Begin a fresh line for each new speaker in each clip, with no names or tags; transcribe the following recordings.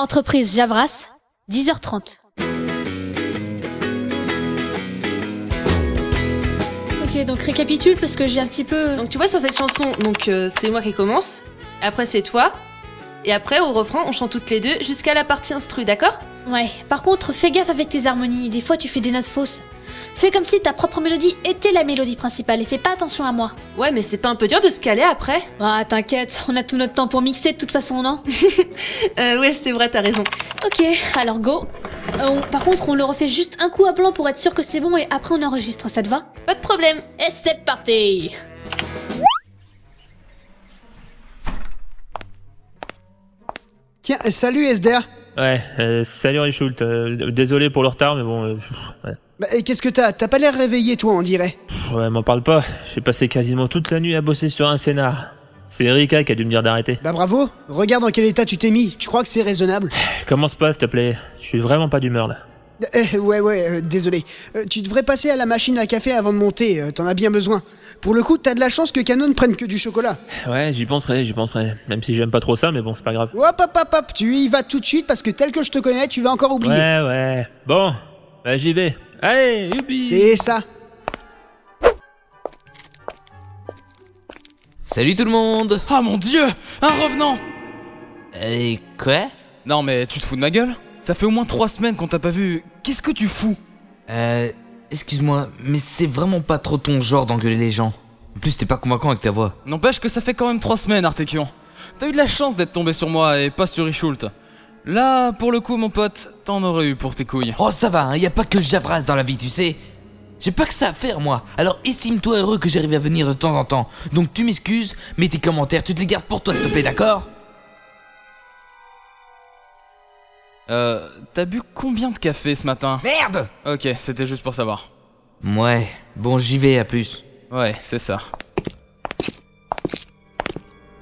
Entreprise Javras, 10h30. Ok, donc récapitule parce que j'ai un petit peu.
Donc tu vois sur cette chanson, donc euh, c'est moi qui commence, après c'est toi, et après au refrain on chante toutes les deux jusqu'à la partie instru, d'accord
Ouais, par contre, fais gaffe avec tes harmonies, des fois tu fais des notes fausses. Fais comme si ta propre mélodie était la mélodie principale et fais pas attention à moi.
Ouais mais c'est pas un peu dur de se caler après
Ah, t'inquiète, on a tout notre temps pour mixer de toute façon, non
Euh ouais c'est vrai t'as raison.
Ok, alors go. Euh, on- par contre, on le refait juste un coup à blanc pour être sûr que c'est bon et après on enregistre, ça te va
Pas de problème
Et c'est parti
Tiens, salut SDA.
Ouais, euh, salut Richult. Euh, désolé pour le retard, mais bon, euh, pff, ouais,
Bah, et qu'est-ce que t'as T'as pas l'air réveillé, toi, on dirait.
Pff, ouais, m'en parle pas. J'ai passé quasiment toute la nuit à bosser sur un scénar. C'est Erika qui a dû me dire d'arrêter.
Bah bravo. Regarde dans quel état tu t'es mis. Tu crois que c'est raisonnable
Commence pas, s'il te plaît. Je suis vraiment pas d'humeur là.
Euh, Ouais, ouais. euh, désolé. Euh, tu devrais passer à la machine à café avant de monter. euh, T'en as bien besoin. Pour le coup, t'as de la chance que Canon prenne que du chocolat.
Ouais, j'y penserai, j'y penserai. Même si j'aime pas trop ça, mais bon, c'est pas grave.
Hop, hop, hop, hop. Tu y vas tout de suite parce que tel que je te connais, tu vas encore oublier.
Ouais, ouais. Bon, bah, j'y vais. Allez, youpi
C'est ça.
Salut tout le monde
Ah mon dieu Un revenant
Euh, quoi
Non mais tu te fous de ma gueule Ça fait au moins trois semaines qu'on t'a pas vu. Qu'est-ce que tu fous
Euh, excuse-moi, mais c'est vraiment pas trop ton genre d'engueuler les gens. En plus, t'es pas convaincant avec ta voix.
N'empêche que ça fait quand même trois semaines, Artekian. T'as eu de la chance d'être tombé sur moi et pas sur Richult. Là, pour le coup, mon pote, t'en aurais eu pour tes couilles.
Oh, ça va, hein, y a pas que Javras dans la vie, tu sais. J'ai pas que ça à faire, moi. Alors estime-toi heureux que j'arrive à venir de temps en temps. Donc tu m'excuses, mais tes commentaires, tu te les gardes pour toi, s'il te plaît, d'accord
Euh, t'as bu combien de café ce matin
Merde
Ok, c'était juste pour savoir.
Ouais, bon, j'y vais, à plus.
Ouais, c'est ça.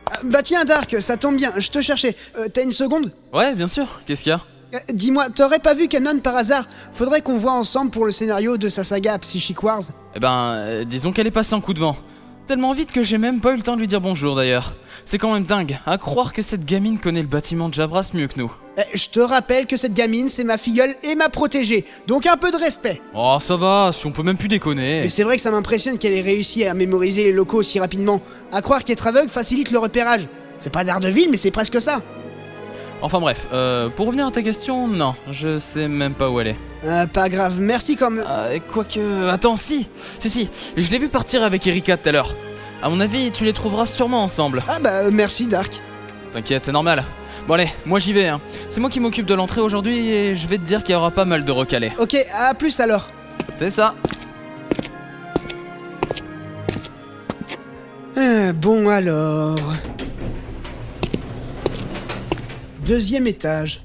Ah, Bah tiens, Dark, ça tombe bien. Je te cherchais. Euh, t'as une seconde
Ouais, bien sûr, qu'est-ce qu'il y a
Euh, Dis-moi, t'aurais pas vu Canon par hasard Faudrait qu'on voit ensemble pour le scénario de sa saga Psychic Wars.
Eh ben, euh, disons qu'elle est passée en coup de vent. Tellement vite que j'ai même pas eu le temps de lui dire bonjour d'ailleurs. C'est quand même dingue, à croire que cette gamine connaît le bâtiment de Javras mieux que nous.
Eh, Je te rappelle que cette gamine, c'est ma filleule et ma protégée, donc un peu de respect.
Oh, ça va, si on peut même plus déconner.
Mais c'est vrai que ça m'impressionne qu'elle ait réussi à mémoriser les locaux aussi rapidement. À croire qu'être aveugle facilite le repérage. C'est pas d'Ardeville, mais c'est presque ça.
Enfin bref, euh, pour revenir à ta question, non, je sais même pas où elle est.
Euh, pas grave, merci comme.
Euh, quoique. Attends, si Si, si, je l'ai vu partir avec Erika tout à l'heure. À mon avis, tu les trouveras sûrement ensemble.
Ah bah euh, merci Dark.
T'inquiète, c'est normal. Bon, allez, moi j'y vais, hein. C'est moi qui m'occupe de l'entrée aujourd'hui et je vais te dire qu'il y aura pas mal de recalés.
Ok, à plus alors.
C'est ça
Euh, bon alors. Deuxième étage.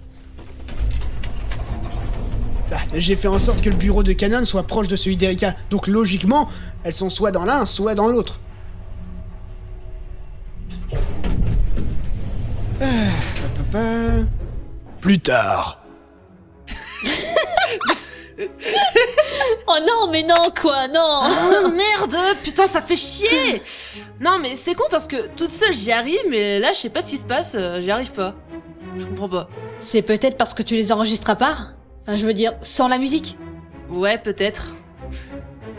Bah, J'ai fait en sorte que le bureau de Canon soit proche de celui d'Erika, donc logiquement, elles sont soit dans l'un, soit dans l'autre. Ah, pa, pa, pa. Plus tard.
Oh non, mais non, quoi, non
Oh merde Putain ça fait chier Non mais c'est con parce que toute seule j'y arrive mais là je sais pas ce qui se passe, euh, j'y arrive pas. Je comprends pas.
C'est peut-être parce que tu les enregistres à part Enfin, je veux dire, sans la musique.
Ouais peut-être.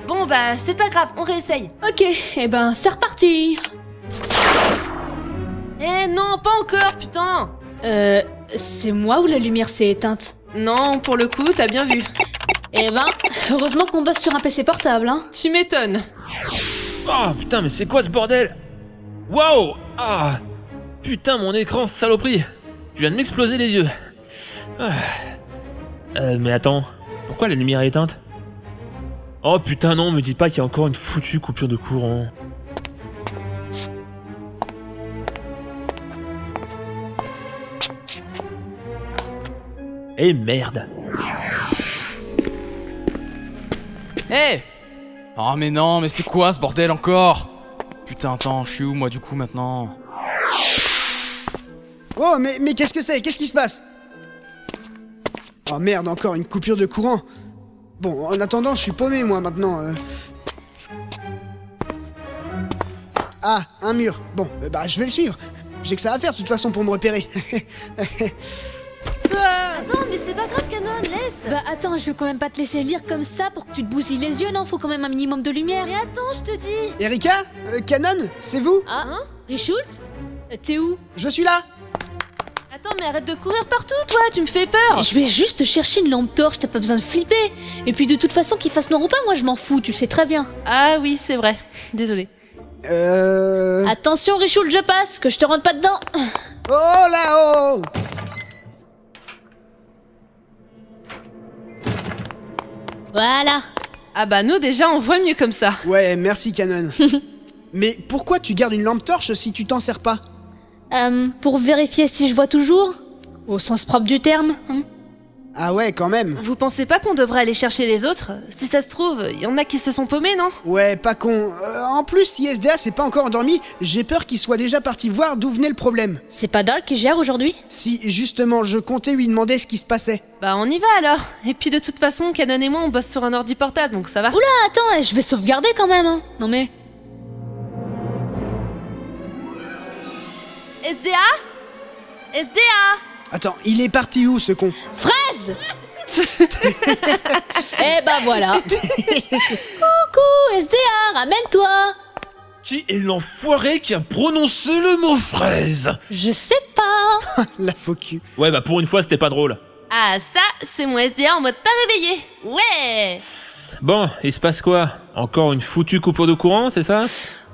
Bon bah c'est pas grave, on réessaye.
Ok, eh ben, c'est reparti
Eh non pas encore putain
Euh, c'est moi ou la lumière s'est éteinte
Non pour le coup t'as bien vu.
Eh ben, heureusement qu'on bosse sur un PC portable, hein
Tu m'étonnes.
Oh putain, mais c'est quoi ce bordel Waouh Ah Putain, mon écran, saloperie Je viens de m'exploser les yeux. Ah. Euh, mais attends, pourquoi la lumière est éteinte Oh putain, non, me dis pas qu'il y a encore une foutue coupure de courant. Eh merde
Hé Oh, mais non, mais c'est quoi ce bordel encore Putain, attends, je suis où moi du coup maintenant
Oh, mais, mais qu'est-ce que c'est Qu'est-ce qui se passe Oh merde, encore une coupure de courant. Bon, en attendant, je suis paumé moi maintenant. euh. Ah, un mur. Bon, euh, bah je vais le suivre. J'ai que ça à faire de toute façon pour me repérer.
mais c'est pas grave, Canon, laisse
Bah attends, je veux quand même pas te laisser lire comme ça pour que tu te bousilles les yeux, non Faut quand même un minimum de lumière.
Mais attends, je te dis
Erika Euh, Canon C'est vous
Ah Richoult Euh, T'es où
Je suis là
Attends, mais arrête de courir partout, toi, tu me fais peur
Je vais juste chercher une lampe torche, t'as pas besoin de flipper. Et puis de toute façon, qu'il fasse noir ou pas, moi je m'en fous, tu le sais très bien.
Ah oui, c'est vrai. Désolée.
Euh...
Attention Richoult, je passe, que je te rentre pas dedans.
Oh là-haut
Voilà.
Ah bah nous, déjà, on voit mieux comme ça.
Ouais, merci Canon. Mais pourquoi tu gardes une lampe torche si tu t'en sers pas
Euh, pour vérifier si je vois toujours Au sens propre du terme. hein.
Ah ouais, quand même.
Vous pensez pas qu'on devrait aller chercher les autres Si ça se trouve, il y en a qui se sont paumés, non
Ouais, pas con. Euh, en plus, si SDA s'est pas encore endormi, j'ai peur qu'il soit déjà parti voir d'où venait le problème.
C'est pas Dol qui gère aujourd'hui
Si, justement, je comptais lui demander ce qui se passait.
Bah on y va alors Et puis de toute façon, Canon et moi, on bosse sur un ordi portable, donc ça va.
Ah, Attends, eh, je vais sauvegarder quand même. hein. Non mais...
SDA SDA
Attends, il est parti où ce con
Fraise Eh bah voilà. Coucou SDA, ramène-toi.
Qui est l'enfoiré qui a prononcé le mot fraise
Je sais pas.
La faux cul.
Ouais, bah pour une fois, c'était pas drôle.
Ah ça, c'est mon SDA en mode pas réveillé Ouais
Bon, il se passe quoi Encore une foutue coupure de courant, c'est ça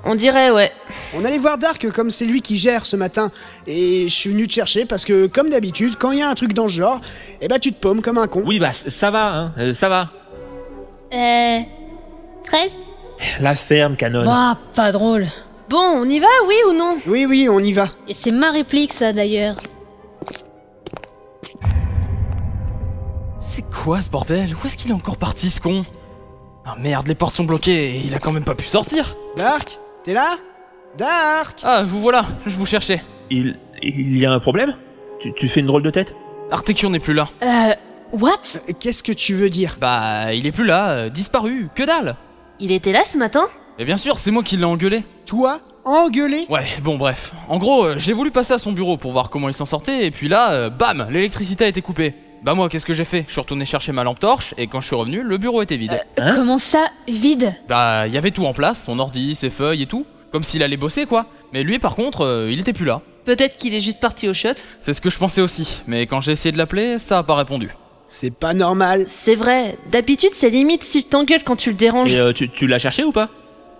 On dirait, ouais.
On allait voir Dark comme c'est lui qui gère ce matin, et je suis venu te chercher parce que, comme d'habitude, quand il y a un truc dans ce genre, eh bah tu te paumes comme un con.
Oui, bah c- ça va, hein, euh, ça va.
Euh... 13
La ferme, Canon.
Bah, pas drôle.
Bon, on y va, oui ou non
Oui, oui, on y va.
Et c'est ma réplique ça d'ailleurs.
C'est quoi ce bordel Où est-ce qu'il est encore parti ce con Ah merde, les portes sont bloquées et il a quand même pas pu sortir
Dark T'es là Dark
Ah, vous voilà, je vous cherchais.
Il, il y a un problème tu, tu fais une drôle de tête
Artekion n'est plus là.
Euh... What
Qu'est-ce que tu veux dire
Bah, il est plus là, euh, disparu, que dalle
Il était là ce matin
Et bien sûr, c'est moi qui l'ai engueulé.
Toi Engueulé
Ouais, bon bref. En gros, euh, j'ai voulu passer à son bureau pour voir comment il s'en sortait, et puis là, euh, bam, l'électricité a été coupée. Bah moi, qu'est-ce que j'ai fait Je suis retourné chercher ma lampe torche, et quand je suis revenu, le bureau était vide.
Hein
Comment ça, vide
Bah, il y avait tout en place, son ordi, ses feuilles et tout. Comme s'il allait bosser, quoi. Mais lui, par contre, euh, il était plus là.
Peut-être qu'il est juste parti au shot.
C'est ce que je pensais aussi, mais quand j'ai essayé de l'appeler, ça a pas répondu.
C'est pas normal.
C'est vrai, d'habitude c'est limite s'il t'engueule quand tu le déranges.
Et euh, tu, tu l'as cherché ou pas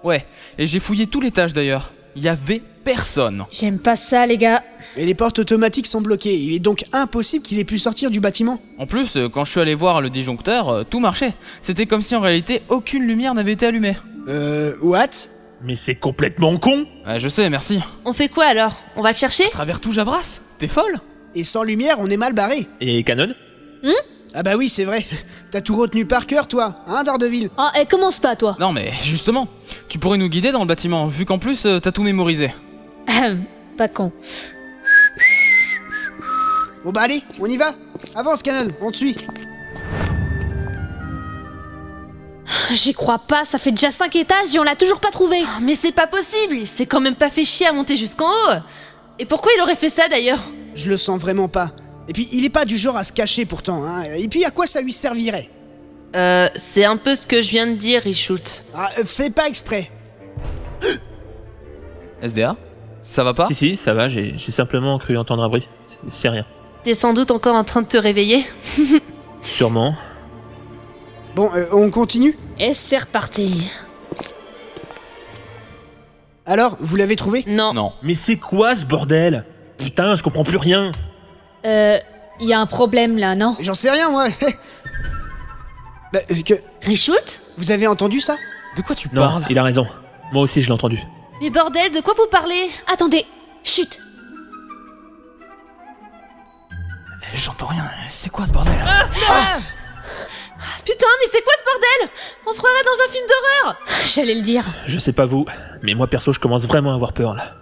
Ouais, et j'ai fouillé tout l'étage d'ailleurs. Il y avait personne.
J'aime pas ça les gars.
Et les portes automatiques sont bloquées, il est donc impossible qu'il ait pu sortir du bâtiment.
En plus, euh, quand je suis allé voir le disjoncteur, euh, tout marchait. C'était comme si en réalité aucune lumière n'avait été allumée.
Euh, what
Mais c'est complètement con
Ouais, je sais, merci.
On fait quoi alors On va le chercher
À travers tout Javras T'es folle
Et sans lumière, on est mal barré.
Et Canon
Ah bah oui, c'est vrai. T'as tout retenu par cœur, toi, hein, Daredevil
Ah, eh, commence pas toi.
Non mais justement, tu pourrais nous guider dans le bâtiment, vu qu'en plus euh, t'as tout mémorisé.
Ahem, pas con.
Bon bah allez, on y va Avance, Canon, on te suit.
J'y crois pas, ça fait déjà 5 étages et on l'a toujours pas trouvé.
Ah, Mais c'est pas possible, il s'est quand même pas fait chier à monter jusqu'en haut Et pourquoi il aurait fait ça d'ailleurs
Je le sens vraiment pas. Et puis, il est pas du genre à se cacher pourtant, hein. Et puis, à quoi ça lui servirait
Euh, c'est un peu ce que je viens de dire, Richoult.
Ah, euh, fais pas exprès.
SDA Ça va pas
Si, si, ça va, j'ai j'ai simplement cru entendre un bruit. C'est- C'est rien.
T'es sans doute encore en train de te réveiller
Sûrement.
Bon, euh, on continue
Et c'est reparti.
Alors, vous l'avez trouvé
Non.
Non.
Mais c'est quoi ce bordel Putain, je comprends plus rien
Euh... Y a un problème là, non
J'en sais rien, moi. bah, euh, que...
Richoult
Vous avez entendu ça
De quoi tu
Non,
parles
il a raison. Moi aussi, je l'ai entendu.
Mais bordel, de quoi vous parlez
Attendez, chut
Eh, J'entends rien, c'est quoi ce bordel
Putain, mais c'est quoi ce bordel On se croirait dans un film d'horreur
J'allais le dire.
Je sais pas vous, mais moi perso, je commence vraiment à avoir peur là.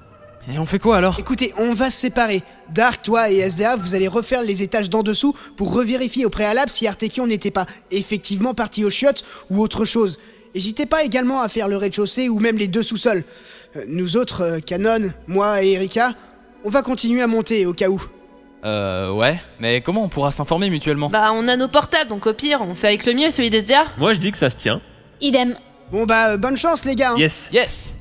Et on fait quoi alors
Écoutez, on va se séparer. Dark, toi et SDA, vous allez refaire les étages d'en dessous pour revérifier au préalable si Artekion n'était pas effectivement parti aux chiottes ou autre chose. N'hésitez pas également à faire le rez-de-chaussée ou même les deux sous-sols. Euh, nous autres, euh, Canon, moi et Erika, on va continuer à monter au cas où.
Euh, ouais, mais comment on pourra s'informer mutuellement
Bah, on a nos portables, donc au pire, on fait avec le mien et celui d'SDA.
Moi, je dis que ça se tient.
Idem.
Bon bah, euh, bonne chance les gars. hein.
Yes.
Yes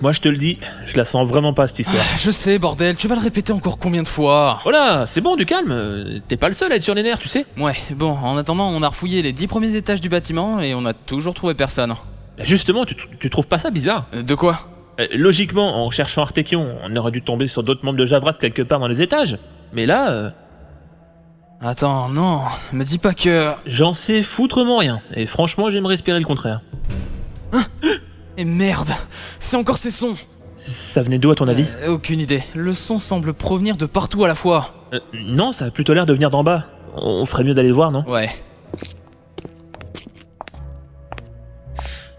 Moi, je te le dis, je la sens vraiment pas cette histoire.
Je sais, bordel, tu vas le répéter encore combien de fois
Oh là, c'est bon, du calme. euh, T'es pas le seul à être sur les nerfs, tu sais.
Ouais, bon, en attendant, on a refouillé les 10 premiers étages du bâtiment et on a toujours trouvé personne.
Bah, Justement, tu, tu trouves pas ça bizarre
Euh, De quoi
Euh, Logiquement, en cherchant Artekion, on aurait dû tomber sur d'autres membres de Javras quelque part dans les étages. Mais là, euh,
Attends, non, me dis pas que...
j'en sais foutrement rien. Et franchement, j'aimerais espérer le contraire.
Et Eh merde, c'est encore ces sons
Ça venait d'où à ton avis
Euh, Aucune idée, le son semble provenir de partout à la fois.
Euh, Non, ça a plutôt l'air de venir d'en bas. On on ferait mieux d'aller voir, non
Ouais,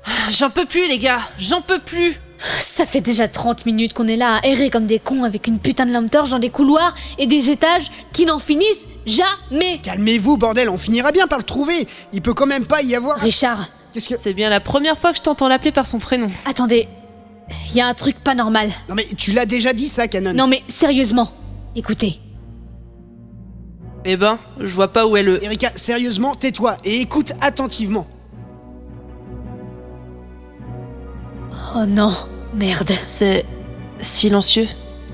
Ah, J'en peux plus, les gars, j'en peux plus.
Ça fait déjà 30 minutes qu'on est là à errer comme des cons avec une putain de lampe torche dans des couloirs et des étages qui n'en finissent jamais.
Calmez-vous bordel, on finira bien par le trouver. Il peut quand même pas y avoir.
Richard,
Qu'est-ce que
C'est bien la première fois que je t'entends l'appeler par son prénom.
attendez. Il y a un truc pas normal.
Non mais tu l'as déjà dit ça, Canon.
Non mais sérieusement, écoutez.
Eh ben, je vois pas où est le.
Erika, sérieusement, tais-toi et écoute attentivement.
Oh non, merde.
C'est. silencieux.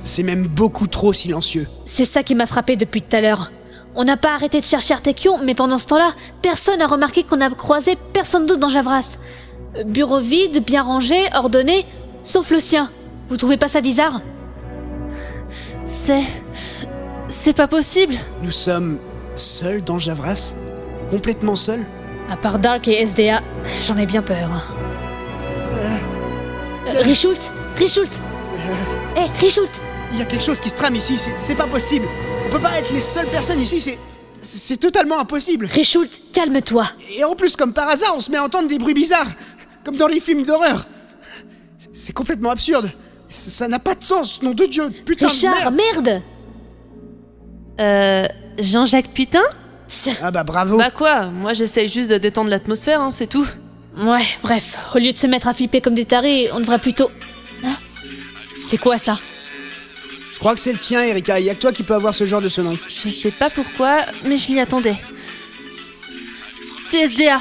C'est même beaucoup trop silencieux.
C'est ça qui m'a frappé depuis tout à l'heure. On n'a pas arrêté de chercher Artekion, mais pendant ce temps-là, personne n'a remarqué qu'on a croisé personne d'autre dans Javras. Euh, Bureau vide, bien rangé, ordonné, sauf le sien. Vous trouvez pas ça bizarre
C'est. C'est pas possible.
Nous sommes seuls dans Javras Complètement seuls
À part Dark et SDA, j'en ai bien peur. Euh, Richoult Richoult
Euh.
Eh, Richoult
Il y a quelque chose qui se trame ici, c'est c'est pas possible. On peut pas être les seules personnes ici, c'est. C'est totalement impossible.
Richoult, calme-toi.
Et en plus, comme par hasard, on se met à entendre des bruits bizarres, comme dans les films d'horreur. C'est- C'est complètement absurde. C- Ça n'a pas de sens, nom de Dieu, putain
Richard,
de merde.
merde
Euh. Jean-Jacques Putain
Tch,
Ah bah bravo.
Bah quoi, moi j'essaye juste de détendre l'atmosphère, hein, c'est tout.
Ouais, bref, au lieu de se mettre à flipper comme des tarés, on devrait plutôt... Hein C'est quoi ça
Je crois que c'est le tien, Erika. Il y a que toi qui peux avoir ce genre de sonnerie.
Je sais pas pourquoi, mais je m'y attendais. C'est SDA.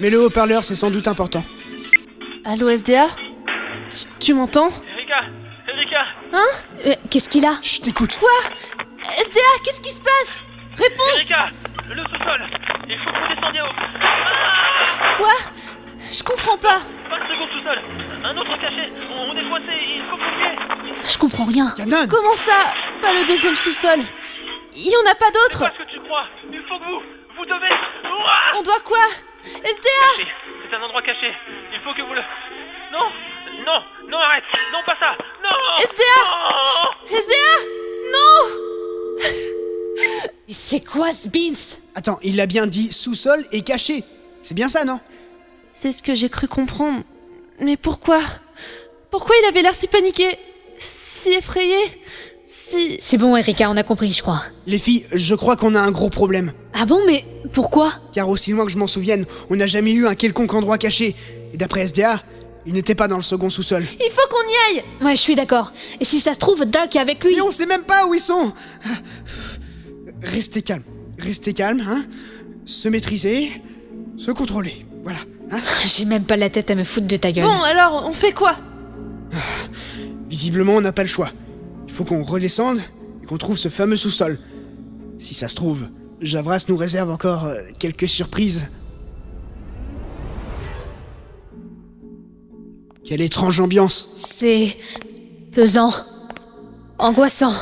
Mais le haut-parleur, c'est sans doute important.
Allô, SDA Tu- Tu m'entends
Euh, Qu'est-ce qu'il a
Chut, t'écoutes.
SDA, qu'est-ce qui se passe Réponds Erika, le sous-sol Il faut que vous descendiez au... Quoi Je comprends pas
Je comprends rien.
Canon
Comment ça Pas le deuxième sous-sol Il y en a pas d'autre
Qu'est-ce que tu crois Il faut que vous Vous devez
On doit quoi SDA
Cacher. C'est un endroit caché Il faut que vous le... Non Non Non, arrête Non, pas ça Non
SDA
Non
SDA
Mais c'est quoi ce beans
Attends, il a bien dit sous-sol et caché. C'est bien ça, non
C'est ce que j'ai cru comprendre. Mais pourquoi Pourquoi il avait l'air si paniqué Si effrayé Si...
C'est bon, Erika, on a compris, je crois.
Les filles, je crois qu'on a un gros problème.
Ah bon, mais pourquoi
Car aussi loin que je m'en souvienne, on n'a jamais eu un quelconque endroit caché. Et d'après SDA, il n'était pas dans le second sous-sol.
Il faut qu'on y aille
Ouais, je suis d'accord. Et si ça se trouve, Dark est avec lui.
Et on sait même pas où ils sont Restez calme, restez calme, hein Se maîtriser, se contrôler, voilà. hein.
Ah, J'ai même pas la tête à me foutre de ta gueule.
Bon, alors, on fait quoi
Visiblement, on n'a pas le choix. Il faut qu'on redescende et qu'on trouve ce fameux sous-sol. Si ça se trouve, Javras nous réserve encore euh, quelques surprises. Quelle étrange ambiance
C'est pesant, angoissant.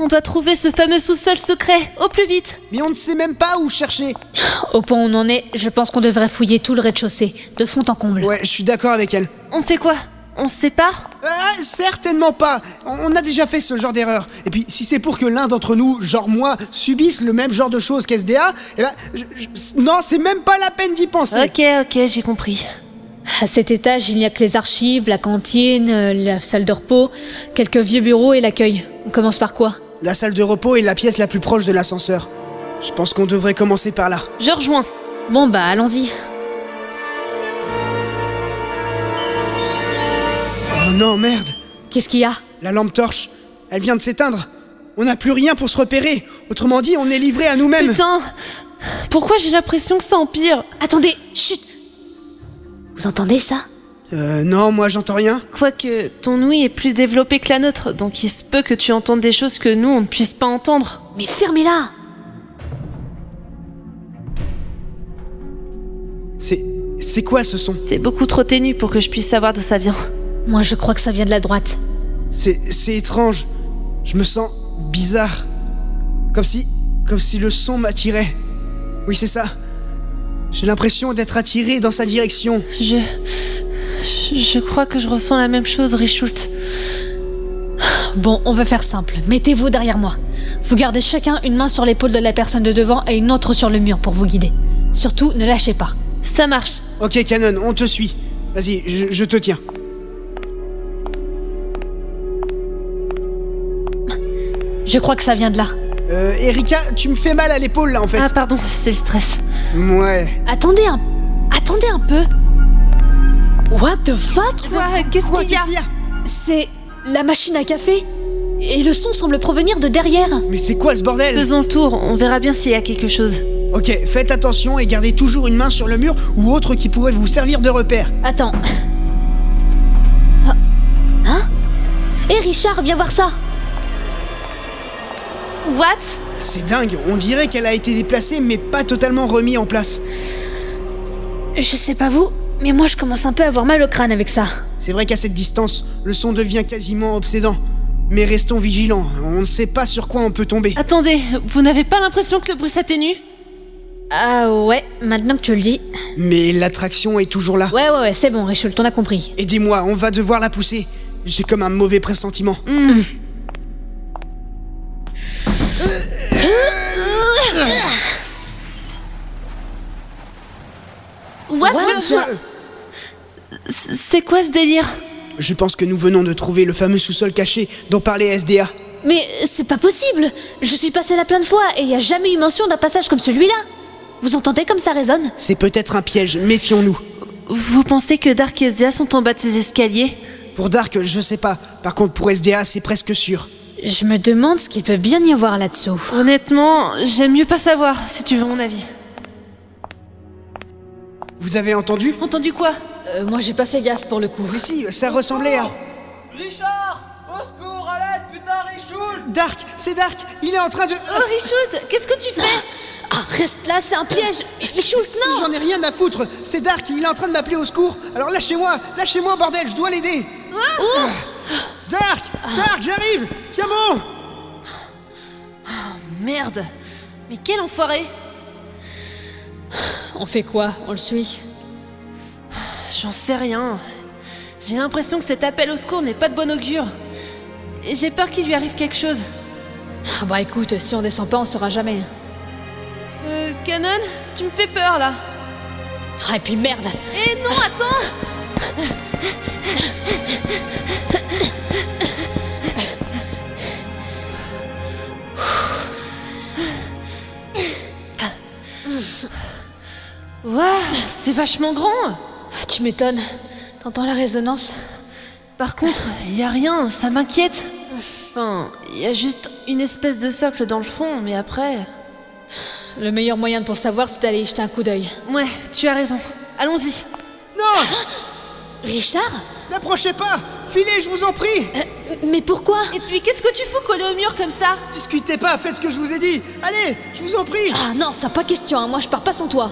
On doit trouver ce fameux sous-sol secret, au plus vite
Mais on ne sait même pas où chercher
Au point où on en est, je pense qu'on devrait fouiller tout le rez-de-chaussée, de fond en comble.
Ouais, je suis d'accord avec elle.
On fait quoi On se sépare
Ah, certainement pas. On on a déjà fait ce genre d'erreur. Et puis, si c'est pour que l'un d'entre nous, genre moi, subisse le même genre de choses qu'SDA, eh ben, je- je- non, c'est même pas la peine d'y penser.
Ok, ok, j'ai compris.
À cet étage, il n'y a que les archives, la cantine, euh, la salle de repos, quelques vieux bureaux et l'accueil. On commence par quoi
La salle de repos est la pièce la plus proche de l'ascenseur. Je pense qu'on devrait commencer par là.
Je rejoins.
Bon bah, allons-y.
Oh non, merde.
Qu'est-ce qu'il y a
Oh La lampe torche, elle vient de s'éteindre. On n'a plus rien pour se repérer. Autrement dit, on est livré à nous-mêmes.
Putain Pourquoi j'ai l'impression que ça empire
Attendez, chut Vous entendez ça
Euh, non, moi j'entends rien.
Quoique ton ouïe est plus développée que la nôtre, donc il se peut que tu entendes des choses que nous on ne puisse pas entendre.
Mais fermez-la
C'est. C'est quoi ce son
C'est beaucoup trop ténu pour que je puisse savoir d'où ça vient.
Moi, je crois que ça vient de la droite.
C'est. C'est étrange. Je me sens bizarre. Comme si. Comme si le son m'attirait. Oui, c'est ça. J'ai l'impression d'être attiré dans sa direction.
Je... je- Je crois que je ressens la même chose, Richoult.
Bon, on va faire simple. Mettez-vous derrière moi. Vous gardez chacun une main sur l'épaule de la personne de devant et une autre sur le mur pour vous guider. Surtout, ne lâchez pas.
Ça marche.
Ok, Canon, on te suit. Vas-y, je, je te tiens.
Je crois que ça vient de là.
Euh, Erika, tu me fais mal à l'épaule là en fait.
Ah pardon, c'est le stress.
Ouais.
Attendez un... Attendez un peu. What the fuck
Quoi Qu'est-ce
Quoi,
qu'il y a
qu'est-ce qu'il y a
C'est la machine à café Et le son semble provenir de derrière.
Mais c'est quoi ce bordel
Faisons le tour, on verra bien s'il y a quelque chose.
Ok, faites attention et gardez toujours une main sur le mur ou autre qui pourrait vous servir de repère.
Attends. Ah. Hein Eh Richard, viens voir ça
What
C'est dingue, on dirait qu'elle a été déplacée mais pas totalement remis en place.
Je sais pas vous, mais moi je commence un peu à avoir mal au crâne avec ça.
C'est vrai qu'à cette distance, le son devient quasiment obsédant. Mais restons vigilants, on ne sait pas sur quoi on peut tomber.
Attendez, vous n'avez pas l'impression que le bruit s'atténue
Ah ouais, maintenant que tu le dis.
Mais l'attraction est toujours là.
Ouais ouais ouais, c'est bon Richult, on a compris.
Aidez-moi, on va devoir la pousser. J'ai comme un mauvais pressentiment.
What,
What
Je-
C- C'est quoi ce délire
Je pense que nous venons de trouver le fameux sous-sol caché dont parlait SDA.
Mais c'est pas possible Je suis passée là plein de fois et il y a jamais eu mention d'un passage comme celui-là Vous entendez comme ça résonne
C'est peut-être un piège, méfions-nous.
Vous pensez que Dark et Zia sont en bas de ces escaliers
Pour Dark, je sais pas. Par contre, pour SDA, c'est presque sûr.
Je me demande ce qu'il peut bien y avoir là-dessous.
Honnêtement, j'aime mieux pas savoir, si tu veux mon avis.
Vous avez entendu
Entendu quoi
Euh, moi j'ai pas fait gaffe pour le coup.
Mais si, ça ressemblait à...
Richard Au secours, à l'aide, putain, Richoul
Dark C'est Dark Il est en train de... Euh,
Oh, Richoult, qu'est-ce que tu fais
Ah, reste là, c'est un piège Mais Schult, non
J'en ai rien à foutre C'est Dark, il est en train de m'appeler au secours Alors lâchez-moi Lâchez-moi, bordel, je dois l'aider Euh. Dark Dark, j'arrive Tiens bon
Merde Mais quel enfoiré
On fait quoi On le suit
J'en sais rien. J'ai l'impression que cet appel au secours n'est pas de bon augure. Et J'ai peur qu'il lui arrive quelque chose.
Ah bah écoute, si on descend pas, on saura jamais.
Euh, Canon, tu me fais peur là.
Ah et puis merde
Eh non, attends Waouh, c'est vachement grand
Ah, Tu m'étonnes. T'entends la résonance
Par contre, il y a rien, ça m'inquiète. Enfin, il y a juste une espèce de socle dans le fond, mais après...
Le meilleur moyen pour le savoir, c'est d'aller y jeter un coup d'œil.
Ouais, tu as raison. Allons-y.
Non
Richard
N'approchez pas Filez, je vous en prie
Euh, Mais pourquoi
Et puis, qu'est-ce que tu fous collé au mur comme ça
Discutez pas, faites ce que je vous ai dit Allez, je vous en prie
Ah non, ça pas question, hein, moi je pars pas sans toi.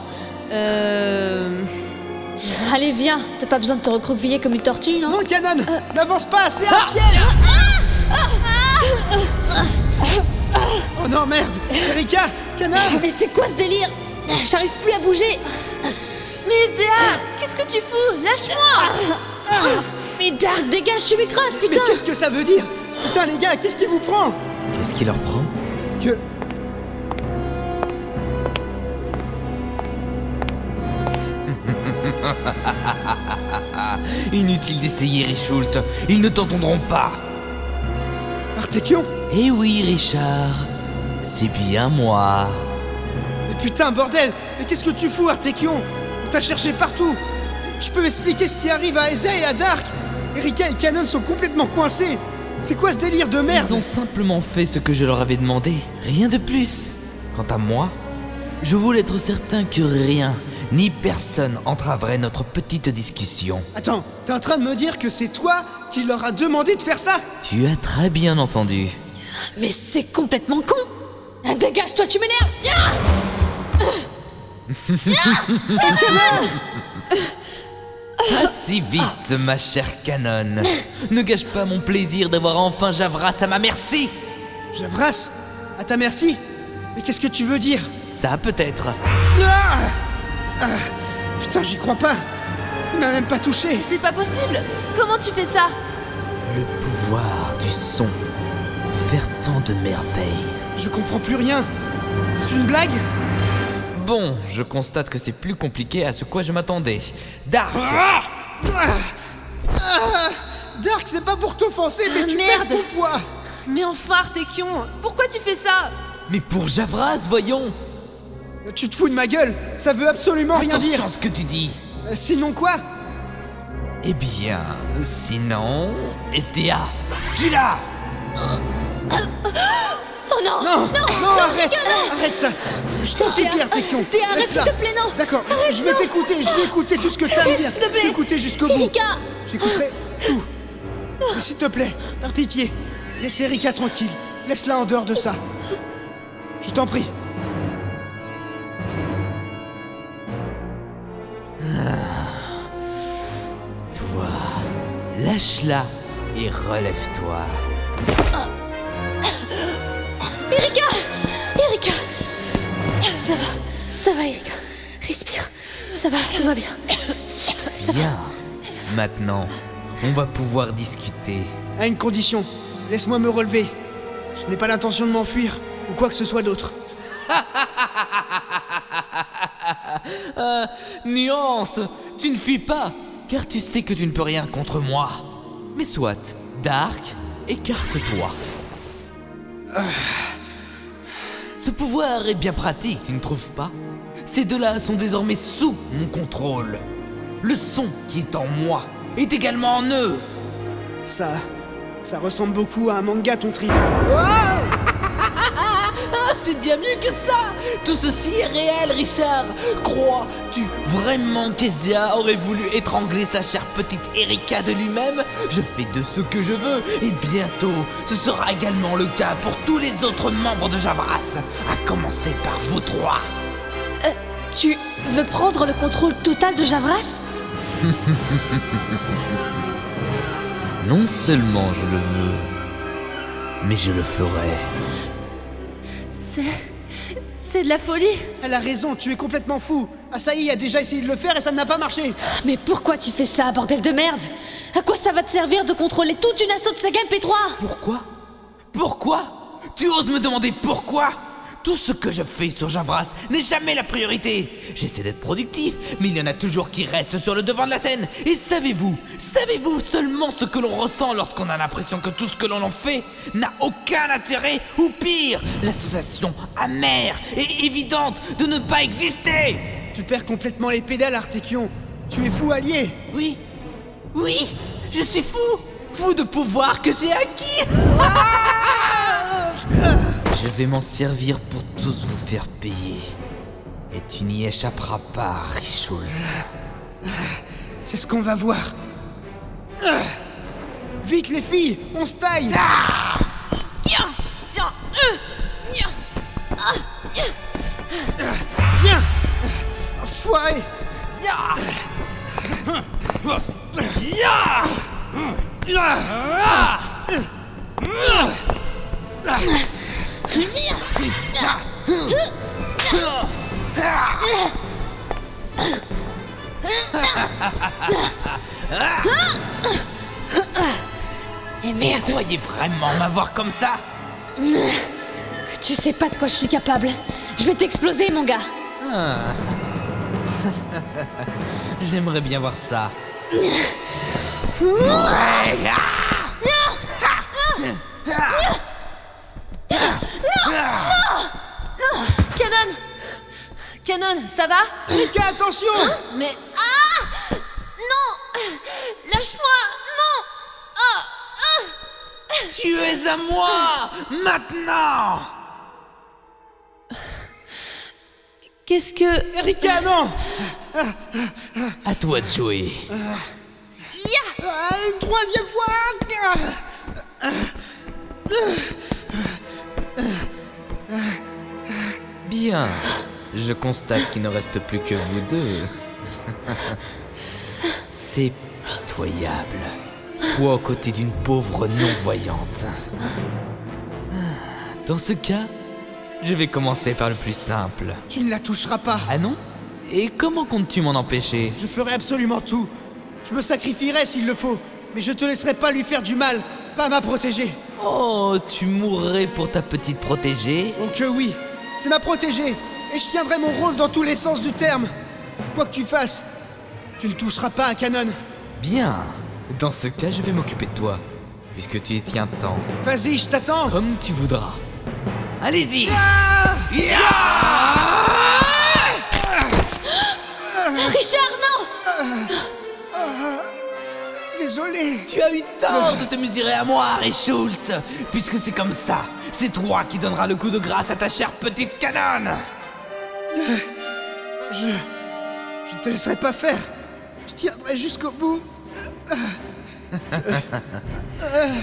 Euh...
Allez, viens, t'as pas besoin de te recroqueviller comme une tortue, non
Non, Canon N'avance pas, c'est un piège Oh non, merde Erika Canon
Ah, Mais c'est quoi ce délire Ah, J'arrive plus à bouger
Mais SDA, qu'est-ce que tu fous
Ah,
Lâche-moi
Mais Dark, dégage, tu m'écrases, Ah,
Mais
putain
qu'est-ce que ça veut dire Putain, les gars, qu'est-ce qui vous prend
Qu'est-ce qui leur prend
Que...
Inutile d'essayer, Richoult. Ils ne t'entendront pas.
Artekion
Eh oui, Richard. C'est bien moi.
Mais putain, bordel Mais qu'est-ce que tu fous, Artekion On t'a cherché partout Tu peux m'expliquer ce qui arrive à Eza et à Dark Erika et Canon sont complètement coincés C'est quoi ce délire de merde
Ils ont simplement fait ce que je leur avais demandé, rien de plus. Quant à moi, je voulais être certain que rien, ni personne, entraverait notre petite discussion.
Attends, t'es en train de me dire que c'est toi qui leur a demandé de faire ça
Tu as très bien entendu.
Mais c'est complètement con Ah, Dégage-toi, tu m'énerves Ah
Pas si vite, ma chère Canon. Ne gâche pas mon plaisir d'avoir enfin Javras à ma merci.
Javras, à ta merci Mais qu'est-ce que tu veux dire
Ça peut-être.
Ah Ah, Putain, j'y crois pas Il m'a même pas touché
C'est pas possible Comment tu fais ça
Le pouvoir du son. Faire tant de merveilles.
Je comprends plus rien C'est une blague
Bon, je constate que c'est plus compliqué à ce quoi je m'attendais. Dark
Ah Ah Dark, c'est pas pour t'offenser, mais
Ah,
tu
merde.
perds ton poids
Mais enfin, Artekion, pourquoi tu fais ça
Mais pour Javras, voyons
Tu te fous de ma gueule Ça veut absolument rien
Attention
dire
à ce que tu dis
Euh, Sinon quoi
Eh bien, sinon... SDA Tu l'as
Oh,
Non Non, arrête Arrête ça Je- Je t'en supplie, Artekion
Stéa, arrête,
Laisse
s'il
ça.
te plaît, non
D'accord, je vais t'écouter, je vais écouter tout ce que t'as à me dire
S'il te plaît.
Je vais écouter jusqu'au bout
Erika
J'écouterai tout Mais S'il te plaît, par pitié, laisse Erika tranquille Laisse-la en dehors de ça Je t'en prie
Toi, lâche-la et relève-toi.
Erika Erika Ça va, ça va, Erika. Respire. Ça va, tout va bien. Chut, Ça va.
Bien Maintenant, on va pouvoir discuter.
À une condition, laisse-moi me relever. Je n'ai pas l'intention de m'enfuir ou quoi que ce soit d'autre.
Nuance Tu ne fuis pas, car tu sais que tu ne peux rien contre moi. Mais soit, Dark, écarte-toi. Ce pouvoir est bien pratique, tu ne trouves pas Ces deux-là sont désormais sous mon contrôle. Le son qui est en moi est également en eux.
Ça. Ça ressemble beaucoup à un manga, ton trip.
Ah, c'est bien mieux que ça Tout ceci est réel, Richard Crois-tu vraiment qu'Esdea aurait voulu étrangler sa chère petite Erika de lui-même Je fais de ce que je veux, et bientôt, ce sera également le cas pour tous les autres membres de Javras, à commencer par vous trois
Tu veux prendre le contrôle total de Javras
Non seulement je le veux, mais je le ferai.
C'est de la folie
Elle a raison, tu es complètement fou. Asahi a déjà essayé de le faire et ça n'a pas marché.
Mais pourquoi tu fais ça, bordel de merde À quoi ça va te servir de contrôler toute une assaut de saga MP3
Pourquoi Pourquoi Tu oses me demander pourquoi Tout ce que je fais sur Javras n'est jamais la priorité. J'essaie d'être productif, mais il y en a toujours qui restent sur le devant de la scène. Et savez-vous, savez-vous seulement ce que l'on ressent lorsqu'on a l'impression que tout ce que l'on en fait n'a aucun intérêt ou pire, la sensation amère et évidente de ne pas exister
Tu perds complètement les pédales, Artekion. Tu es fou allié.
Oui, oui, je suis fou, fou de pouvoir que j'ai acquis. Ah je vais m'en servir pour tous vous faire payer. Et tu n'y échapperas pas, Richoult.
C'est ce qu'on va voir. Ah Vite les filles, on se taille
Tiens Tiens euh, Ah,
Ah. Viens Ah, Enfoiré
Eh merde,
Croyez vraiment m'avoir comme ça
tu sais pas de quoi je suis capable. Je vais t'exploser, mon gars.
J'aimerais bien voir ça.
Canon Canon, ça va
Erika, attention
Mais... Ah Non Lâche-moi Non Ah Ah
Tu Tu es à moi Maintenant
Qu'est-ce que.
Erika, non
À toi de jouer.
Ah, Une troisième fois Ah.
Bien. Je constate qu'il ne reste plus que vous deux. C'est pitoyable. Toi aux côtés d'une pauvre non-voyante. Ah, Dans ce cas, je vais commencer par le plus simple.
Tu ne la toucheras pas
Ah non Et comment comptes-tu m'en empêcher
Je ferai absolument tout. Je me sacrifierai s'il le faut, mais je te laisserai pas lui faire du mal, pas ma protégée.
Oh, tu mourrais pour ta petite protégée
Oh que oui, c'est ma protégée, et je tiendrai mon rôle dans tous les sens du terme. Quoi que tu fasses, tu ne toucheras pas à Canon.
Bien. Dans ce cas, je vais m'occuper de toi, puisque tu y tiens tant.
Vas-y, je t'attends.
Comme tu voudras. Allez-y
Ah
Richard, non
Désolé.
Tu as eu tort de te mesurer à moi, Richult Puisque c'est comme ça, c'est toi qui donneras le coup de grâce à ta chère petite canonne
Je. Je ne te laisserai pas faire. Je tiendrai jusqu'au bout.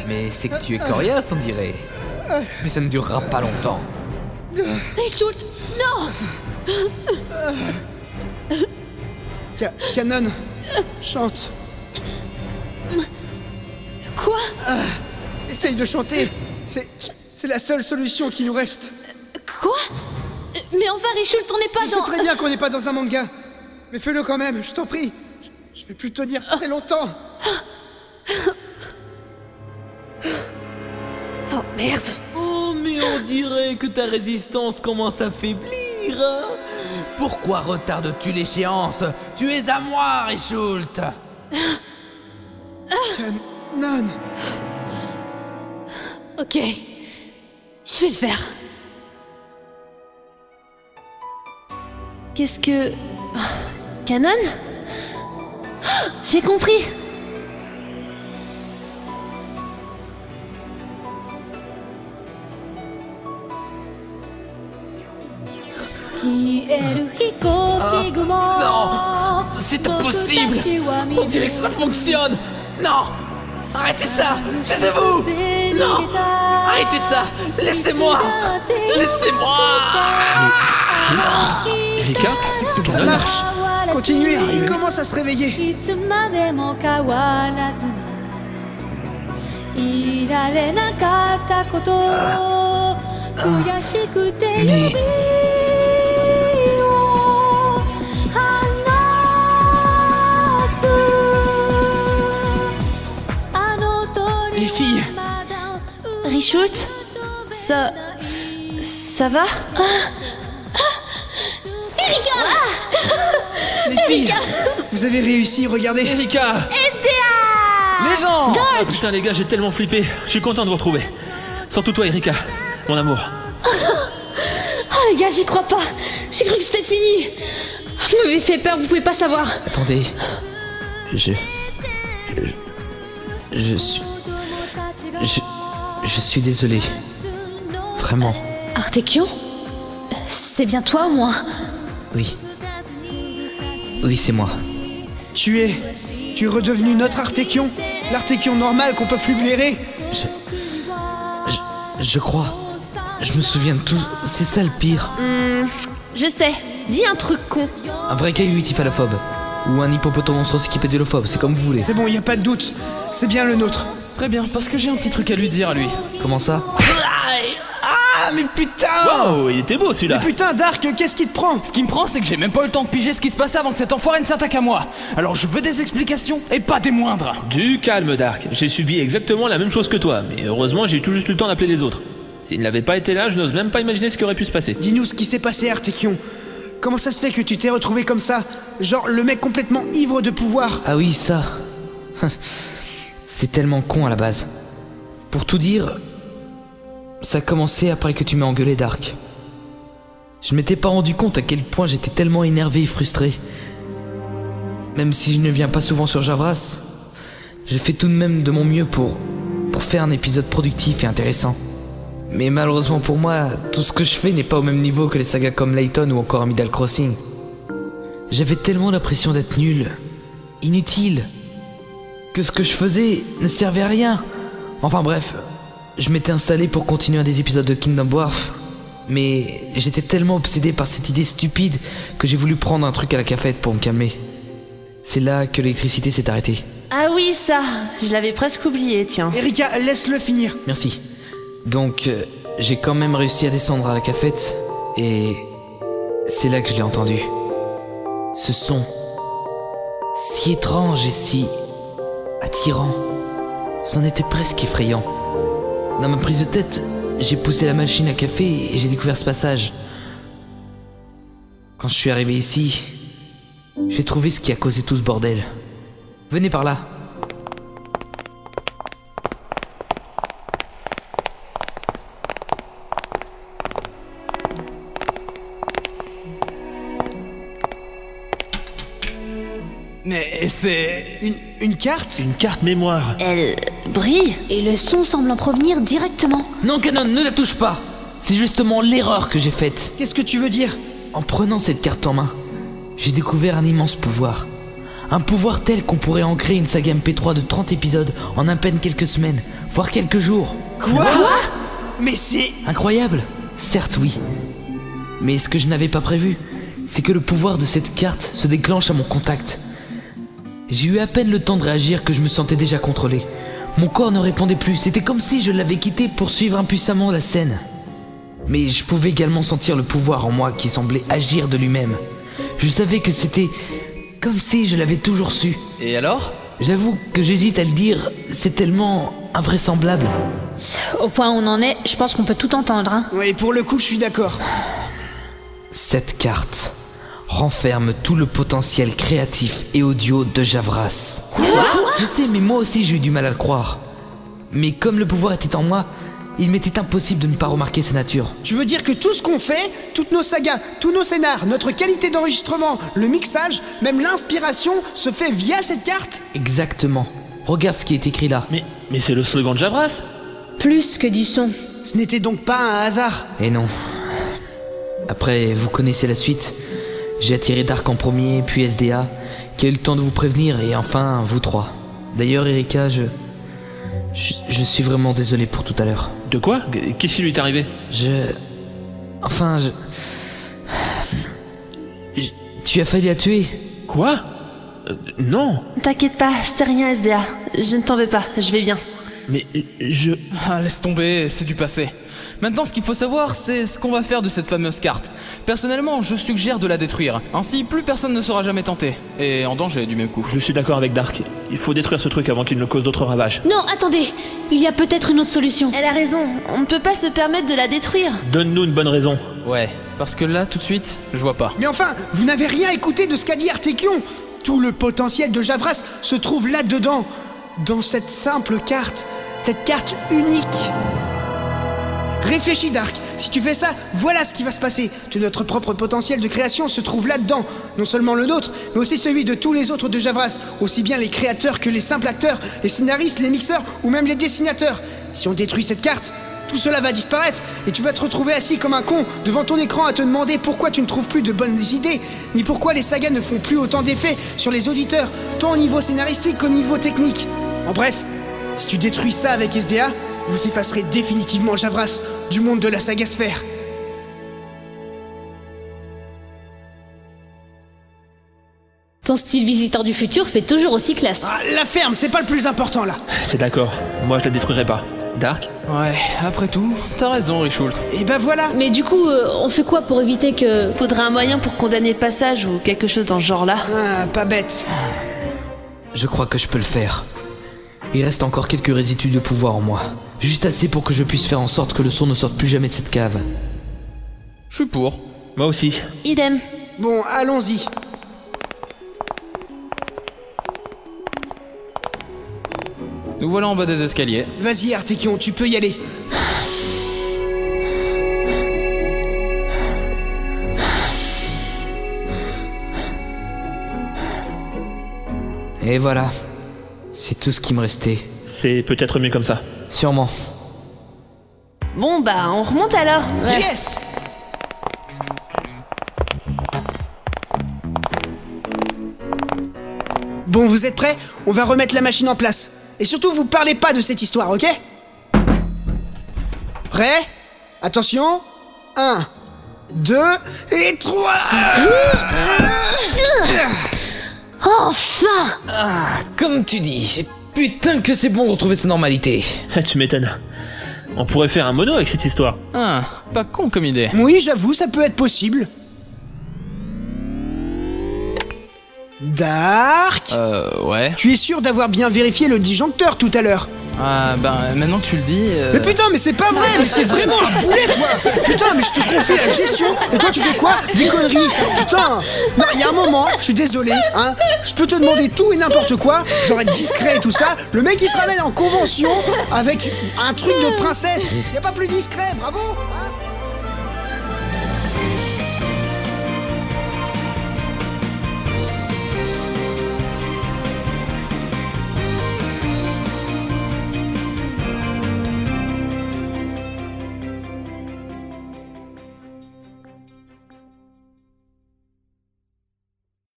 Mais c'est que tu es coriace, on dirait. Mais ça ne durera pas longtemps.
Richult, non
Ca- Canon, chante.
Quoi
Essaye de chanter. C'est. C'est la seule solution qui nous reste.
Quoi Euh, Mais enfin, Richult, on n'est pas
Je sais
dans...
très bien qu'on n'est pas dans un manga. Mais fais-le quand même, je t'en prie. Je, je vais plus tenir très longtemps.
Oh, merde
Oh, mais on dirait que ta résistance commence à faiblir hein. Pourquoi retardes-tu l'échéance Tu es à moi, Richult
Canon.
Ok. Je vais le faire.
Qu'est-ce que. Canon J'ai compris
non, Ah, c'est impossible. On dirait que ça fonctionne Non Arrêtez ça Taisez-vous Non Arrêtez ça Laissez-moi Laissez-moi
Erika
Ça marche. Continuez, il commence à se réveiller.
Mais-
Les filles.
Richult Ça. Ça va
Les filles. Vous avez réussi, regardez.
Erika
Les gens
Ah, Putain les gars, j'ai tellement flippé. Je suis content de vous retrouver. Surtout toi Erika, mon amour.
Oh les gars, j'y crois pas J'ai cru que c'était fini Je m'avais fait peur, vous pouvez pas savoir
Attendez. Je. Je, je suis. Je. Je suis désolé. Vraiment,
Artekion C'est bien toi au moins
oui. Oui, c'est moi.
Tu es. Tu es redevenu notre Artekion. L'Artekion normal qu'on peut plus blairer.
Je. Je, je crois. Je me souviens de tout. C'est ça le pire.
Je sais. Dis un truc con.
Un vrai caillou ityphalophobe. Ou un hippopotame schizophrénophobe, c'est comme vous voulez.
C'est bon, y a pas de doute. C'est bien le nôtre.
Très bien, parce que j'ai un petit truc à lui dire à lui.
Comment ça Ah, mais putain
Waouh, il était beau celui-là.
Putain, Dark, qu'est-ce qui te prend
Ce qui me prend, c'est que j'ai même pas eu le temps de piger ce qui se passait avant que cet enfoiré ne s'attaque à moi. Alors je veux des explications et pas des moindres.
Du calme Dark, j'ai subi exactement la même chose que toi, mais heureusement j'ai eu tout juste le temps d'appeler les autres. S'il n'avait pas été là, je n'ose même pas imaginer ce qui aurait pu se passer.
Dis-nous ce qui s'est passé, Artekion. Comment ça se fait que tu t'es retrouvé comme ça Genre le mec complètement ivre de pouvoir.
Ah oui, ça. C'est tellement con à la base. Pour tout dire, ça a commencé après que tu m'as engueulé, Dark. Je m'étais pas rendu compte à quel point j'étais tellement énervé et frustré. Même si je ne viens pas souvent sur Javras, je fais tout de même de mon mieux pour. pour fait un épisode productif et intéressant. Mais malheureusement pour moi, tout ce que je fais n'est pas au même niveau que les sagas comme Layton ou encore Amidal Crossing. J'avais tellement l'impression d'être nul, inutile, que ce que je faisais ne servait à rien. Enfin bref, je m'étais installé pour continuer un des épisodes de Kingdom Wharf, mais j'étais tellement obsédé par cette idée stupide que j'ai voulu prendre un truc à la cafette pour me calmer. C'est là que l'électricité s'est arrêtée.
Ah oui, ça, je l'avais presque oublié, tiens.
Erika, laisse-le finir.
Merci. Donc, euh, j'ai quand même réussi à descendre à la cafette, et c'est là que je l'ai entendu. Ce son, si étrange et si attirant, c'en était presque effrayant. Dans ma prise de tête, j'ai poussé la machine à café et j'ai découvert ce passage. Quand je suis arrivé ici, j'ai trouvé ce qui a causé tout ce bordel. Venez par là.
Mais c'est.
Une, une carte
Une carte mémoire.
Elle brille
Et le son semble en provenir directement.
Non, Canon, ne la touche pas C'est justement l'erreur que j'ai faite.
Qu'est-ce que tu veux dire
En prenant cette carte en main, j'ai découvert un immense pouvoir. Un pouvoir tel qu'on pourrait en créer une saga MP3 de 30 épisodes en à peine quelques semaines, voire quelques jours.
Quoi Mais c'est...
Incroyable Certes oui. Mais ce que je n'avais pas prévu, c'est que le pouvoir de cette carte se déclenche à mon contact. J'ai eu à peine le temps de réagir que je me sentais déjà contrôlé. Mon corps ne répondait plus, c'était comme si je l'avais quitté pour suivre impuissamment la scène. Mais je pouvais également sentir le pouvoir en moi qui semblait agir de lui-même. Je savais que c'était comme si je l'avais toujours su.
Et alors
J'avoue que j'hésite à le dire, c'est tellement invraisemblable.
Au point où on en est, je pense qu'on peut tout entendre. Hein.
Oui, pour le coup, je suis d'accord.
Cette carte renferme tout le potentiel créatif et audio de Javras. Quoi Je sais, mais moi aussi j'ai eu du mal à le croire. Mais comme le pouvoir était en moi, il m'était impossible de ne pas remarquer sa nature.
Tu veux dire que tout ce qu'on fait, toutes nos sagas, tous nos scénars, notre qualité d'enregistrement, le mixage, même l'inspiration, se fait via cette carte
Exactement. Regarde ce qui est écrit là.
Mais, mais c'est le slogan de Javras
Plus que du son.
Ce n'était donc pas un hasard.
Et non. Après, vous connaissez la suite. J'ai attiré Dark en premier, puis SDA, qui a eu le temps de vous prévenir, et enfin, vous trois. D'ailleurs, Erika, je... Je, je suis vraiment désolé pour tout à l'heure.
De quoi Qu'est-ce qui lui est arrivé
Je... Enfin, je... Je- Tu as failli la tuer
Quoi Euh, Non
T'inquiète pas, c'était rien, SDA. Je ne t'en veux pas, je vais bien.
Mais euh, je...
Ah, laisse tomber, c'est du passé. Maintenant, ce qu'il faut savoir, c'est ce qu'on va faire de cette fameuse carte. Personnellement, je suggère de la détruire. Ainsi, plus personne ne sera jamais tenté. Et en danger du même coup.
Je suis d'accord avec Dark. Il faut détruire ce truc avant qu'il ne cause d'autres ravages.
Non, attendez, il y a peut-être une autre solution.
Elle a raison, on ne peut pas se permettre de la détruire.
Donne-nous une bonne raison.
Ouais, parce que là, tout de suite, je vois pas.
Mais enfin, vous n'avez rien écouté de ce qu'a dit Artekion Tout le potentiel de Javras se trouve là-dedans, dans cette simple carte, cette carte unique. Réfléchis, Dark. Si tu fais ça, voilà ce qui va se passer. Tout notre propre potentiel de création se trouve là-dedans. Non seulement le nôtre, mais aussi celui de tous les autres de Javras. Aussi bien les créateurs que les simples acteurs, les scénaristes, les mixeurs ou même les dessinateurs. Si on détruit cette carte, tout cela va disparaître et tu vas te retrouver assis comme un con devant ton écran à te demander pourquoi tu ne trouves plus de bonnes idées, ni pourquoi les sagas ne font plus autant d'effets sur les auditeurs, tant au niveau scénaristique qu'au niveau technique. En bref, si tu détruis ça avec SDA, vous effacerez définitivement Javras du monde de la saga sphère.
Ton style visiteur du futur fait toujours aussi classe.
Ah, la ferme, c'est pas le plus important là.
C'est d'accord. Moi, je la détruirai pas. Dark
Ouais, après tout, t'as raison, Richoult.
Et ben voilà.
Mais du coup, euh, on fait quoi pour éviter que...
Faudrait un moyen pour condamner le passage ou quelque chose dans ce genre-là.
Ah, pas bête.
Je crois que je peux le faire. Il reste encore quelques résidus de pouvoir en moi. Juste assez pour que je puisse faire en sorte que le son ne sorte plus jamais de cette cave.
Je suis pour.
Moi aussi.
Idem.
Bon, allons-y.
Nous voilà en bas des escaliers.
Vas-y, Artekion, tu peux y aller.
Et voilà. C'est tout ce qui me restait.
C'est peut-être mieux comme ça.
Sûrement.
Bon bah on remonte alors.
Yes
Bon, vous êtes prêts On va remettre la machine en place. Et surtout, vous parlez pas de cette histoire, ok Prêts Attention 1, 2 et 3
Enfin
Comme tu dis, putain que c'est bon de retrouver sa normalité.
tu m'étonnes. On pourrait faire un mono avec cette histoire.
Ah, pas con comme idée.
Oui, j'avoue, ça peut être possible. Dark
Euh, ouais.
Tu es sûr d'avoir bien vérifié le disjoncteur tout à l'heure
Ah, bah maintenant que tu le dis. euh,
Mais putain, mais c'est pas vrai, mais t'es vraiment un boulet, toi Putain, mais je te confie la gestion, et toi, tu fais quoi Des conneries Putain Non, il y a un moment, je suis désolé, hein, je peux te demander tout et n'importe quoi, genre être discret et tout ça, le mec, il se ramène en convention avec un truc de princesse, y a pas plus discret, bravo Ah.